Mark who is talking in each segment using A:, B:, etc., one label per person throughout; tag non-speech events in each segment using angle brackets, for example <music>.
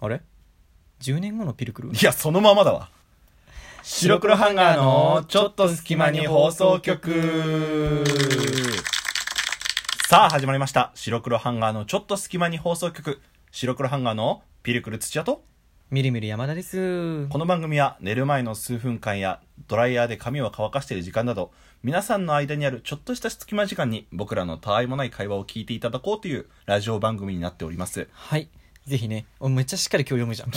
A: あれ ?10 年後のピルクル
B: いや、そのままだわ。白黒ハンガーのちょっと隙間に放送局。さあ、始まりました。白黒ハンガーのちょっと隙間に放送局。白黒ハンガーのピルクル土屋と、
A: みるみる山田です。
B: この番組は寝る前の数分間やドライヤーで髪を乾かしている時間など、皆さんの間にあるちょっとした隙間時間に僕らのたわいもない会話を聞いていただこうというラジオ番組になっております。
A: はい。ぜひね、おめっちゃしっかり今日読む
B: <laughs>
A: じゃん。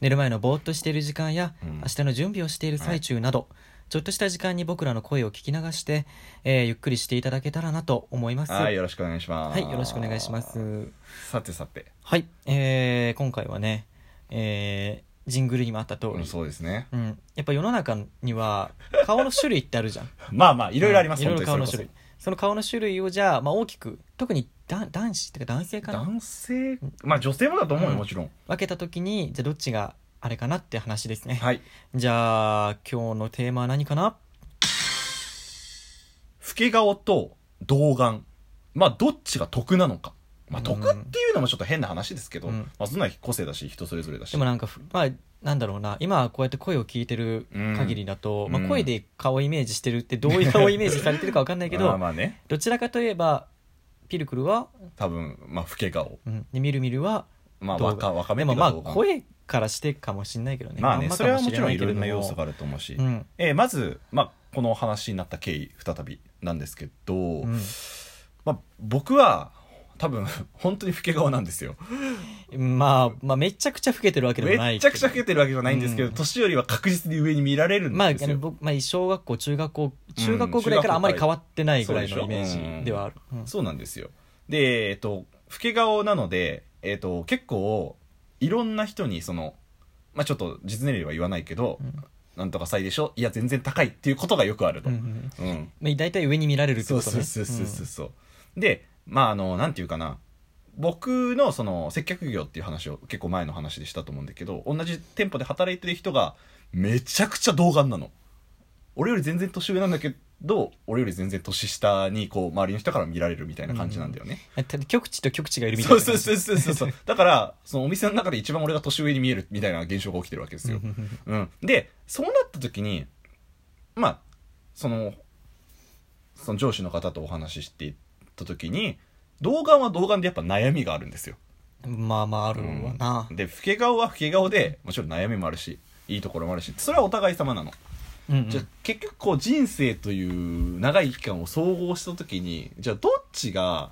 A: 寝る前のぼーっとしている時間や、
B: うん
A: 明日の準備をしている最中など、ちょっとした時間に僕らの声を聞き流して、えーゆっくりしていただけたらなと思います。
B: はい、よろしくお願いします。
A: はい、よろしくお願いしま。す。
B: さてさて、
A: はい、えー、今回はね、えー、ジングルにもあった通り、
B: うんそうですね。
A: うん、やっぱ世の中には顔の種類ってあるじゃん
B: まあまあ、い
A: い
B: ろいろあります、
A: いろいろ
B: 本当
A: 顔
B: に
A: の
B: そ
A: 種
B: れ
A: 類
B: こ
A: その顔の種類をじゃあ、まあ、大きく特にだ男子っていうか男性
B: そ
A: かな
B: 男性、まあ女性もだと思うよ、
A: うん
B: もちろん。
A: 分けた時にじゃあどっちがあれかなって話ですね、
B: はい。
A: じゃあ今日のテーマは何かな
B: 老け顔と童顔。まあ、どっちが得なのか。まあ、
A: うん
B: 得っていうのもちょっと変な話ですけど、
A: うん
B: まあ、そんなの個性だし、人それぞれだし。
A: でもなんかふまあなんだろうな今はこうやって声を聞いてる限りだと、
B: うん
A: ま
B: う
A: あ、
B: ん
A: 声で顔をイメージしてるってどういう顔をイメージされてるか分かんないけ
B: まあ
A: ど
B: まあね、
A: どちらかといえばピルクルは、
B: 多分、まあ、老け顔。
A: うん、でみるみるは
B: まあ、
A: 童顔
B: 若、若め
A: でも
B: っていう
A: ま
B: か
A: あ
B: 童顔
A: 声からしてかもしんないけどね
B: まあね、
A: ん
B: それはもちろんいろんな要素
A: あ
B: があると思うし。
A: うん
B: えーまず、まあ、この話になった経緯、再びなんですけど、
A: うん
B: まあ、僕は、多分、本当に老け顔なんですよ。
A: まあ、まあ、めちゃくちゃ老けてるわけでもない
B: めっちゃくちゃ老けてるわけじゃないんですけど、
A: うん
B: 年よりは確実に上に見られるん
A: まあ、あ
B: ですよ、
A: の僕、まあ、小学校、中学校、中学
B: う
A: 校
B: ん
A: ぐらいからあんまり
B: 中
A: 変
B: 学校
A: わってないぐらい
B: そ
A: の
B: うでしょ
A: イメージではある。うん
B: そうなんですよでえっと老け顔なので、えっと結構いろんな人にそのまあちょっと実年齢は言わないけど、
A: ん
B: なんとか歳でしょいや全然高いっていうことがよくあると、
A: う
B: うん
A: うんんまあ、大体上に見られるって
B: そう
A: こと
B: そう
A: ね。
B: そうそうそうそうでまああのなんていうかな僕のその接客業っていう話を結構前の話でしたと思うんだけど同じ店舗で働いてる人がめちゃくちゃ童顔なの俺より全然年上なんだけど俺より全然年下にこう周りの人から見られるみたいな感じなんだよね、
A: うんた極地と極地がいるみたいな
B: そう
A: 感じ。
B: そうそうそうそうそう。だから、そのお店の中で一番俺が年上に見えるみたいな現象が起きてるわけですよ
A: うん。うんうん
B: うん。で、そうなった時に、まあ、その、その上司の方とお話ししていった時に、童顔は童顔でやっぱ悩みがあるんですよ。
A: まあまあ、あるわな。
B: で、老け顔は老け顔で、もちろん悩みもあるし、いいところもあるし、それはお互い様な
A: う
B: の。
A: んうん
B: じゃあ結局こう人生という長い期間を総合した時にじゃあどっちが、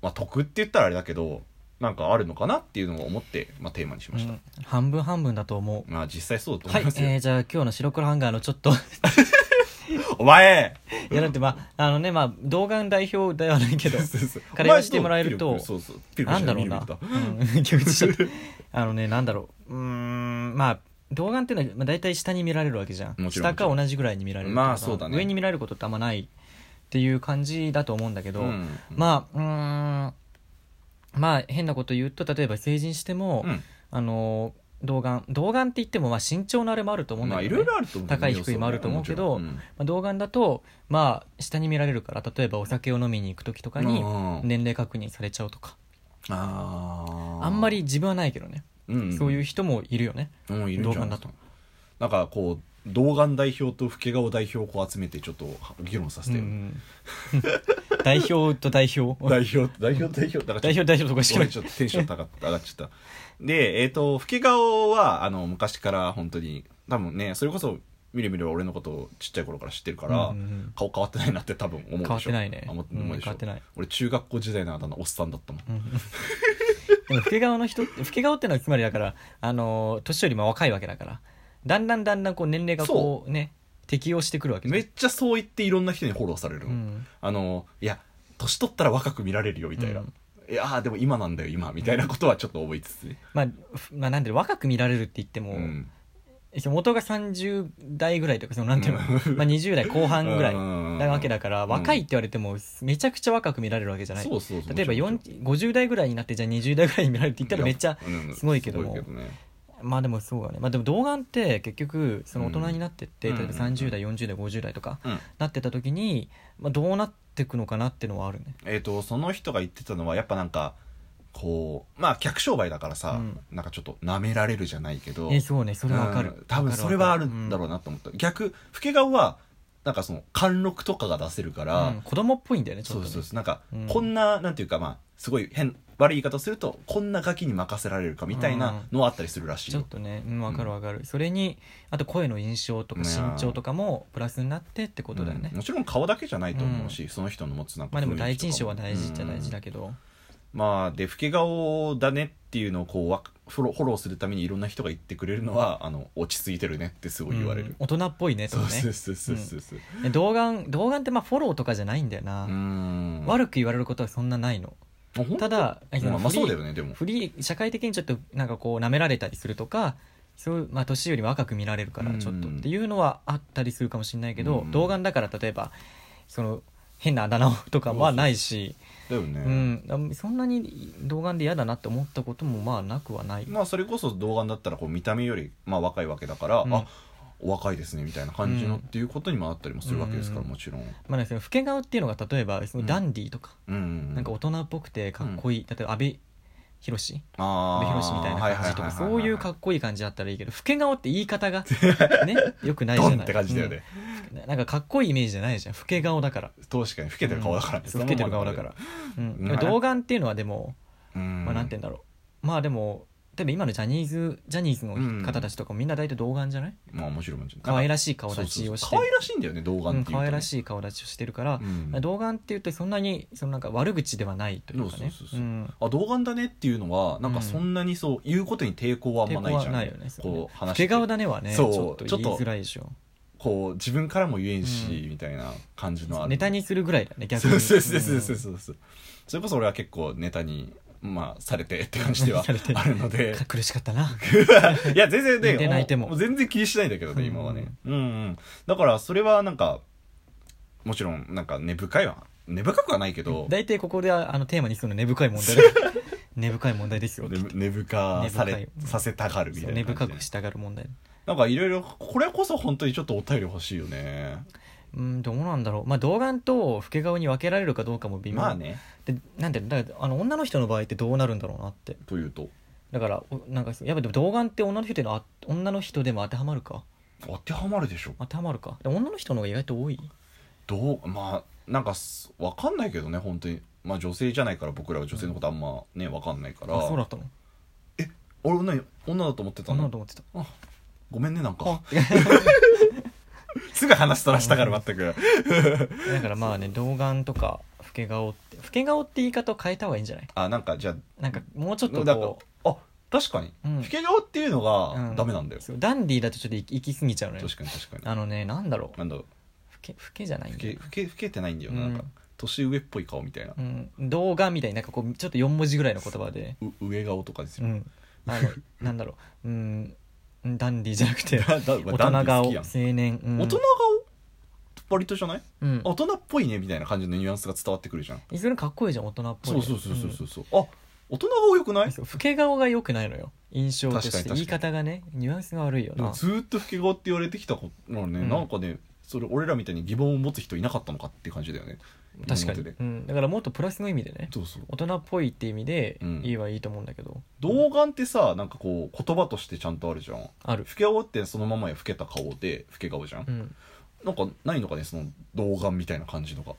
B: まあ、得って言ったらあれだけどなんかあるのかなっていうのを思って、まあ、テーマにしました、
A: うん半分半分だと思う。
B: まあ実際そうだと
A: は
B: 思い
A: い、
B: ますよ、
A: えー、じゃあ今日の白黒ハンガーのちょっと、 <laughs>
B: お前
A: いやだってまあ、あのね、まあ、動画の代表ではない
B: <laughs>
A: けど、から言わせてもらえると
B: お前どうそうそうピルクル
A: なんだろう
B: ピル
A: な
B: クルだ。
A: うん <laughs> 気持ち悪いあのね、なんだろう。うーん、まあ、童顔っていうのは、まあ、大体下に見られるわけじゃん。
B: もちろ
A: 下
B: ん
A: か同じぐらいに見られるから。
B: まあそうだね
A: 上に見られることってあんまないっていう感じだと思うんだけど、
B: うん
A: まあ、うーん、まあ、変なこと言うと、例えば成人しても、
B: うん
A: あの、童顔。童顔って言っても、まあ、身長のあれもあると思うん
B: ま
A: だ
B: あ
A: け
B: い
A: ど、
B: ろ
A: ね。
B: いろあると思う
A: 高い低いもあると思うけど
B: 要素はね
A: まあ、童顔だと、まあ、下に見られるから、例えばお酒を飲みに行く時とか
B: もちろん
A: に、
B: うん
A: 年齢確認されちゃうとか。
B: あー
A: あんまり、自分はないけどね。
B: うん
A: そういう人もいるよね。
B: うん、いるんじ
A: 童
B: ゃ
A: 顔
B: ないで
A: だ
B: すか
A: と
B: なんかこう童顔代表と老け顔代表をこう集めてちょっと議論させてよ、
A: うんうん代表と代表
B: 代表代表代表だから
A: 代表代表とかし
B: ち
A: か
B: ょっ
A: ない
B: とちょっとテンション高っ上がっちゃったでえっ、と老け顔はあの昔から本当に多分ねそれこそみるみるは俺のことをちっちゃい頃から知ってるから、
A: うんうんうん
B: 顔変わってないなって多分思うで
A: 変
B: しょ
A: わってないね
B: 思って思うでしょ
A: うん変わってない
B: 俺中学校時代のあだ名おっさんだったもん、
A: うんでも老け顔の人って老け顔ってのはつまりだからあのー年よりも若いわけだからだんだんだんだんこう年齢がこうね適応してくるわけじゃん
B: めっちゃそう言っていろんな人にフォローされるの、
A: うん
B: あのいや年取ったら若く見られるよみたいな、
A: うん
B: いやーでも今なんだよ今みたいなことはちょっと覚えつつね、
A: まあ、ふまあなんで若く見られるって言っても、
B: うん
A: 元が30代ぐらいとかそのなんていうの、
B: うん
A: まあ、20代後半ぐらい
B: うん
A: なわけだから、
B: うん
A: 若いって言われてもめちゃくちゃ若く見られるわけじゃない
B: そうそうそう
A: 例えば
B: も
A: 40 50代ぐらいになってじゃあ20代ぐらいに見られるって言ったらめっちゃ
B: うん
A: すごいけども
B: すごいね
A: まあでもそうだね、まあ、でも童顔って結局その大人になってって、
B: うん
A: 例えば
B: うん
A: 30代40代50代とか
B: うん
A: なってた時に、まあ、どうなっていくのかなっていうのはあるね
B: えっ、とその人が言ってたのはやっぱなんかこうまあ客商売だからさ、
A: うん
B: なんかちょっとなめられるじゃないけど
A: えそうねそれわかる、
B: うん多分それはあるんだろう
A: な、
B: なと思った、逆老け顔はなんかその貫禄とかが出せるか
A: うん
B: ら、
A: うん子供っぽいんだよねちょ
B: そ
A: っ
B: う
A: と
B: そう
A: ね
B: そうなんか、
A: うん
B: こんななんていうかまあすごい変悪い言い方をするとこんなガキに任せられるかみたいなのはあったりするらしい
A: ちょ
B: よ
A: っとねうんわかるわかる、それにあと声の印象とか
B: ね
A: 身長とかもプラスになってってことだよね、
B: うんもちろん顔だけじゃないと思うし、その人の持つなんか
A: まあでも第
B: 雰囲
A: 一印
B: 気と
A: 象
B: か
A: は
B: も
A: 大事っちゃ大事
B: う
A: だ
B: ん
A: けど、
B: まあで老け顔だねっていうのをこうわフォローフォローするためにいろんな人が言ってくれるのはあの落ち着いてるねってすごい言われる、
A: うん大人っぽいねと
B: そう
A: かね
B: そうそうそうそうそう
A: え童顔童顔ってまあフォローとかじゃないんだよな、
B: うん
A: 悪く言われることはそんなないの
B: あほん
A: ただあ
B: まあ、
A: の
B: まあ
A: フリー
B: そうだよねでも
A: フリー社会的にちょっとなんかこう舐められたりするとかそういう、まあ、年より若く見られるから
B: うん
A: ちょっとっていうのはあったりするかもしれないけど、
B: うん
A: 童顔だから例えばその変なあだ名をとかはないし
B: だよね、
A: うん、そんなに童顔で嫌だなって思ったこともまあなくはない、
B: まあそれこそ童顔だったらこう見た目よりまあ若いわけだから、
A: うん
B: あお若いですねみたいな感じの
A: う
B: っ
A: ん
B: ていうことにもあったりもするわけですから、
A: うん
B: もちろん、
A: まあね、その老け顔っていうのが例えばそのダンディーとか、
B: うん、
A: なんか大人っぽくてかっこいい、例えば阿部寛阿
B: 阿
A: 部寛みたいな感じとかそういうかっこいい感じだったらいいけど老け顔って言い方
B: <laughs>
A: がねよくないじゃ
B: ド
A: ない
B: ンって感じだよね、
A: うんなんかかっこいいイメージじゃないじゃん老け顔だから
B: 確かに老けてる顔だからね、
A: うん
B: その
A: 老け
B: まん
A: てる顔
B: まなん
A: だ
B: よ
A: から、うん、
B: うん
A: 童顔っていうのはでも、
B: うん
A: まあ、なんて言うんだろうまあでも例えば今のジャニーズジャニーズの方たちとかもみんな大体童顔じゃない
B: まあ面白いもんじゃ
A: 可愛ら
B: しい
A: しい顔立ちをして
B: 可愛らしいんだよね童顔っていううんとね
A: 可愛らしい顔立ちをしてるから
B: う、ん
A: 童顔って言うとそんなにそのなんか悪口ではないというかね
B: そうそうそうそうんあ童顔だねっていうのはなんかそんなにそう言うことに抵抗はあんまないじ
A: 抵抗
B: ゃん
A: はないよねそうね
B: こう話
A: 老
B: して
A: け顔だねはねち
B: そう
A: ょっと言いづらいでしょ
B: こう自分からも言えんし、
A: う
B: みたいな感じのある
A: ネタにするぐらいだね逆
B: そう
A: に
B: そうそうそうそうそうそうそれこそ俺は結構ネタにまあされてって感じでは
A: されて
B: ある
A: <laughs>
B: ので
A: か苦しかったな
B: いや全然ね
A: 寝て泣いても
B: う全然気にしないんだけどね今はねうん、うん、だからそれはなんかもちろんなんか根深いは根深くはないけど
A: 大体ここであのテーマにするの根深い問題だ
B: <laughs>
A: から根深い問題ですよ
B: 根根深さ
A: 根
B: れ
A: 深い
B: させたがるみた
A: そう
B: いな
A: 根
B: 感じ
A: 深
B: で
A: くしたがる問題
B: なんかいろいろこれこそ本当にちょっとお便り欲しいよね
A: うんどうなんだろうまあ童顔と老け顔に分けられるかどうかも微妙、
B: まあね
A: でなんていうのだからあの女の人の場合ってどうなるんだろうなって
B: というと
A: だからおなんかやっぱでも童顔って女の人でのあ女の人でも当てはまるか
B: 当てはまるでしょ
A: 当てはまるかでも女の人の方が意外と多い
B: どうまあなんかすわかんないけどね本当にまあ女性じゃないから僕らは女性のことあんまねわかんないから
A: あそうだったの
B: 俺女女だと思ってた
A: 女だ
B: の
A: と思
B: <laughs>
A: ってた
B: ごめんねなんか
A: あ
B: すぐ話そらしたから全く
A: だからまあね童顔とか老け顔って老け顔って言い方を変えた方がいいんじゃない
B: あなんかじゃ
A: なんかもうちょっ
B: あ
A: と
B: なんか
A: こ
B: あ確かに
A: う、うん
B: 老け顔っていうの
A: う
B: が
A: ん
B: ダメなんだよ、
A: そうダンディーだとちょっと行き行き過ぎちゃうのよ
B: 確かに確かに
A: あのねなんだろう
B: なんだろう
A: 老け老けじゃないん
B: 老
A: だ
B: け
A: よ
B: 老け老けてないんだよな,、なんか
A: うん
B: 年上っぽい顔みたいな
A: う、ん童顔みたいになんかこうちょっと4文字ぐらいの言葉で
B: う上顔とかで
A: う
B: すよ、
A: んあの <laughs> なんだろううんダンディーじゃなく
B: <laughs>
A: て
B: だだ
A: 大
B: ダンデ
A: 人
B: ィ好
A: 顔
B: きや
A: 青
B: ん
A: 年うん
B: 大人顔割とじゃない
A: うん
B: 大人っぽいねみたいな感じのニュアンスが伝わってくるじゃん
A: いずれかっこいいじゃん大人っぽい
B: そう
A: の
B: そうそうそうそ
A: ん
B: うそう、あ大人顔よくない
A: そう老け顔が良くないのよ印象と
B: 確かに
A: して
B: 確かに
A: 言い方がねニュアンスが悪いよ
B: でも
A: な
B: ずーっと老け顔って言われてきたことなのね、
A: うん
B: なんかねそれ俺らみたいに疑問を持つ人いなかったのかっていう感じだよね
A: 確か
B: 今まで
A: に、
B: で
A: うん、だからもっとプラスの意味でね
B: そうそう
A: 大人っぽいって意味で
B: うん
A: いいはいいと思うんだけど、
B: 童顔ってさなんかこう言葉としてちゃんとあるじゃん老
A: ある、
B: け顔ってそのままや老けた顔で老け顔じゃん、
A: うん、
B: なんかないのかねその童顔みたいな感じのが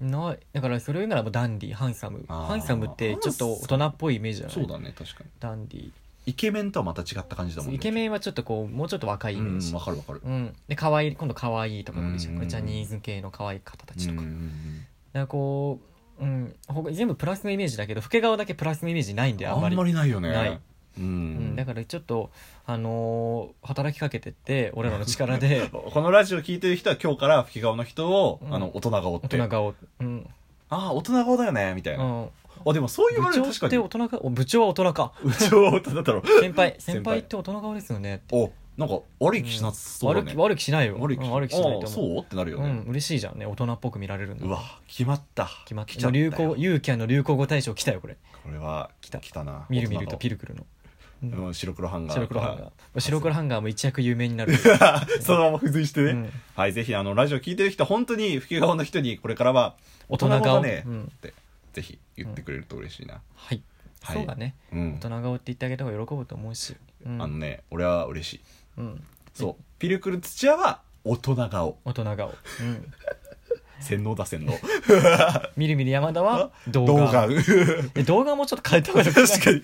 A: ないだからそれを言うならもうダンディーハンサム
B: あー
A: ハンサムってちょっと大人っぽいイメージじゃない
B: そうだね確かに
A: ダンディ
B: イケメンとはまた違った感じだもん
A: ー
B: ね
A: イケメンはちょっとこうもうちょっと若いイ
B: う
A: メー
B: ん
A: ジ、
B: わかるわかる
A: うん、で可愛い今度可愛いとかもいいじゃん
B: うん
A: これジャニーズ系の可愛い方たちとか、
B: うん
A: だ
B: う
A: か
B: んう
A: ら
B: ん
A: こう、うん、ほか全部プラスのイメージだけど老け顔だけプラスのイメージないんであん
B: あ
A: ま
B: ん
A: り
B: まりないよね
A: ない
B: うん、
A: うん、だからちょっと、あのー働きかけてって俺らの力
B: <laughs>
A: で
B: このラジオ聞いてる人は今日から吹き顔の人を、
A: うん
B: あの大人顔って
A: 大人顔、うん
B: ああ大人顔だよねみたいうな、
A: ん、
B: あでもそう言
A: 部
B: われる
A: 長
B: と
A: っ
B: 確
A: て
B: か
A: 大
B: に
A: 人かお部長は大人か
B: 部長は大人だろう
A: 先輩
B: <laughs> 先輩
A: 先輩って大人顔ですよねって
B: おなんか悪い気しなそうだ
A: 悪
B: ね、
A: 気悪気しないよ
B: 悪い気
A: うん悪気しないと
B: ああ
A: 思う
B: そうってなるよ
A: う
B: ね
A: ん、、嬉しいじゃんね大人っぽく見られる
B: う
A: の
B: わ決まった
A: 決まっ
B: 来
A: て
B: ちゃった
A: 流
B: よ
A: 行ユーキャンの流行語大賞来たよこれ
B: これは
A: 来た
B: 来たな
A: みるみるとピ
B: ル、
A: ルクルの、う
B: うんん、白黒ハンガー
A: 白黒ハンガー白黒ハンガーも一躍有名になる、
B: ー <laughs> そのまま付随してね、
A: うん
B: はいぜひあのラジオ聞いてる人本当に吹き顔の人にこれからは
A: <laughs> 大人顔
B: だね、
A: うん
B: ってぜひ言ってくれると嬉しいな、
A: はい
B: はい
A: そうだね
B: うん
A: 大人顔って言ってあげた方が喜ぶと思うし、うん、
B: あのね俺は嬉しい
A: うん、
B: そうピルクル土屋は大人顔
A: 大人顔、うん、
B: 洗脳だ洗脳
A: みるみる山田は動
B: <laughs> 動画
A: 画
B: 確
A: え動画もちょっと変えた方がいいか
B: かに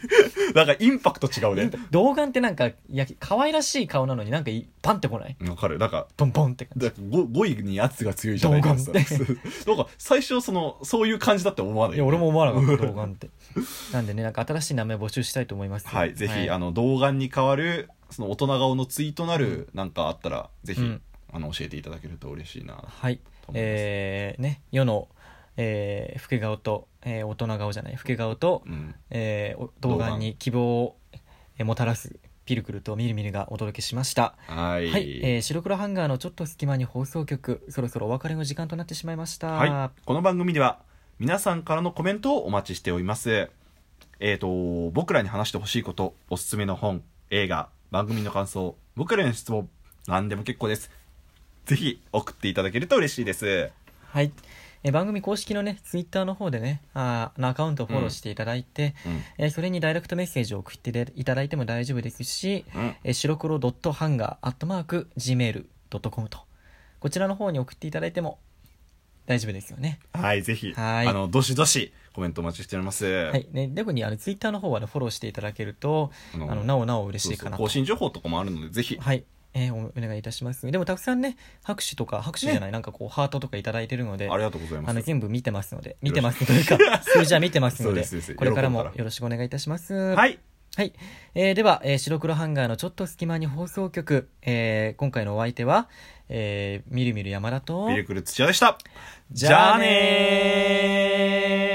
B: なんかインパクト違うね
A: な動画ってなんかいや可愛らしい顔なのになんかいパンってこない
B: わかるなんか
A: ボンボンって感じ
B: だ5位に圧が強いじゃないですか
A: 動画
B: <laughs> そうそうなんか最初そのそういう感じだって思わない
A: いや俺も思わなかった動画って <laughs> なんでねなんか新しい名前募集したいと思います
B: はい、ぜひ、あ
A: の
B: の動画に変わるその大人顔のツイートなるなんかあったら、ぜひ、
A: うん
B: あの教えていただけると嬉しいなと
A: はい
B: 思います、
A: えー、ね世のえー、老け顔と、えー、大人顔じゃない老け顔と、
B: うん、
A: えーお動画に希望をえーもたらすピルクルとみるみるがお届けしました
B: はい、
A: はい、えー白黒ハンガーのちょっと隙間に放送局そろそろお別れの時間となってしまいました
B: はい、この番組では皆さんからのコメントをお待ちしておりますえっ、と僕らに話してほしいことおすすめの本映画番組の感想僕らへの質問何でも結構ですぜひ送っていただけると嬉しいです
A: はい、えー番組公式のねツイッターの方でねあーのアカウントをフォローしていただいて、えーそれにダイレクトメッセージを送ってでいただいても大丈夫ですし、
B: うん、うん
A: えー白黒ドットハンガーアットマーク Gmail.com とこちらの方に送っていただいても大丈夫ですよね
B: はい、ぜひ、
A: はい
B: あの、どしどし、コメントお待ちしております。は
A: はい、ね、特にあのツイッターの方はねフォローしていただけると
B: あの
A: あのなおなお嬉
B: そう
A: しい
B: そ
A: か
B: う
A: なと
B: 更新情報とかもあるので、ぜひ、
A: はい、えーおお願いいたしますでもたくさんね拍手とか拍手じゃない、なんかこうハートとかいただいてるので
B: ありがとうございま
A: あの
B: す。
A: 全部見てますので見てますというか数字は見てますので
B: そうですそうです
A: これからも
B: 喜んだら
A: よろしくお願いいたします、
B: はいい、
A: はいえーでは、えー白黒ハンガーのちょっと隙間に放送局、えー今回のお相手は、えーみるみる山田と
B: ミルクル土屋でした。
A: じゃあねー
B: じゃあねー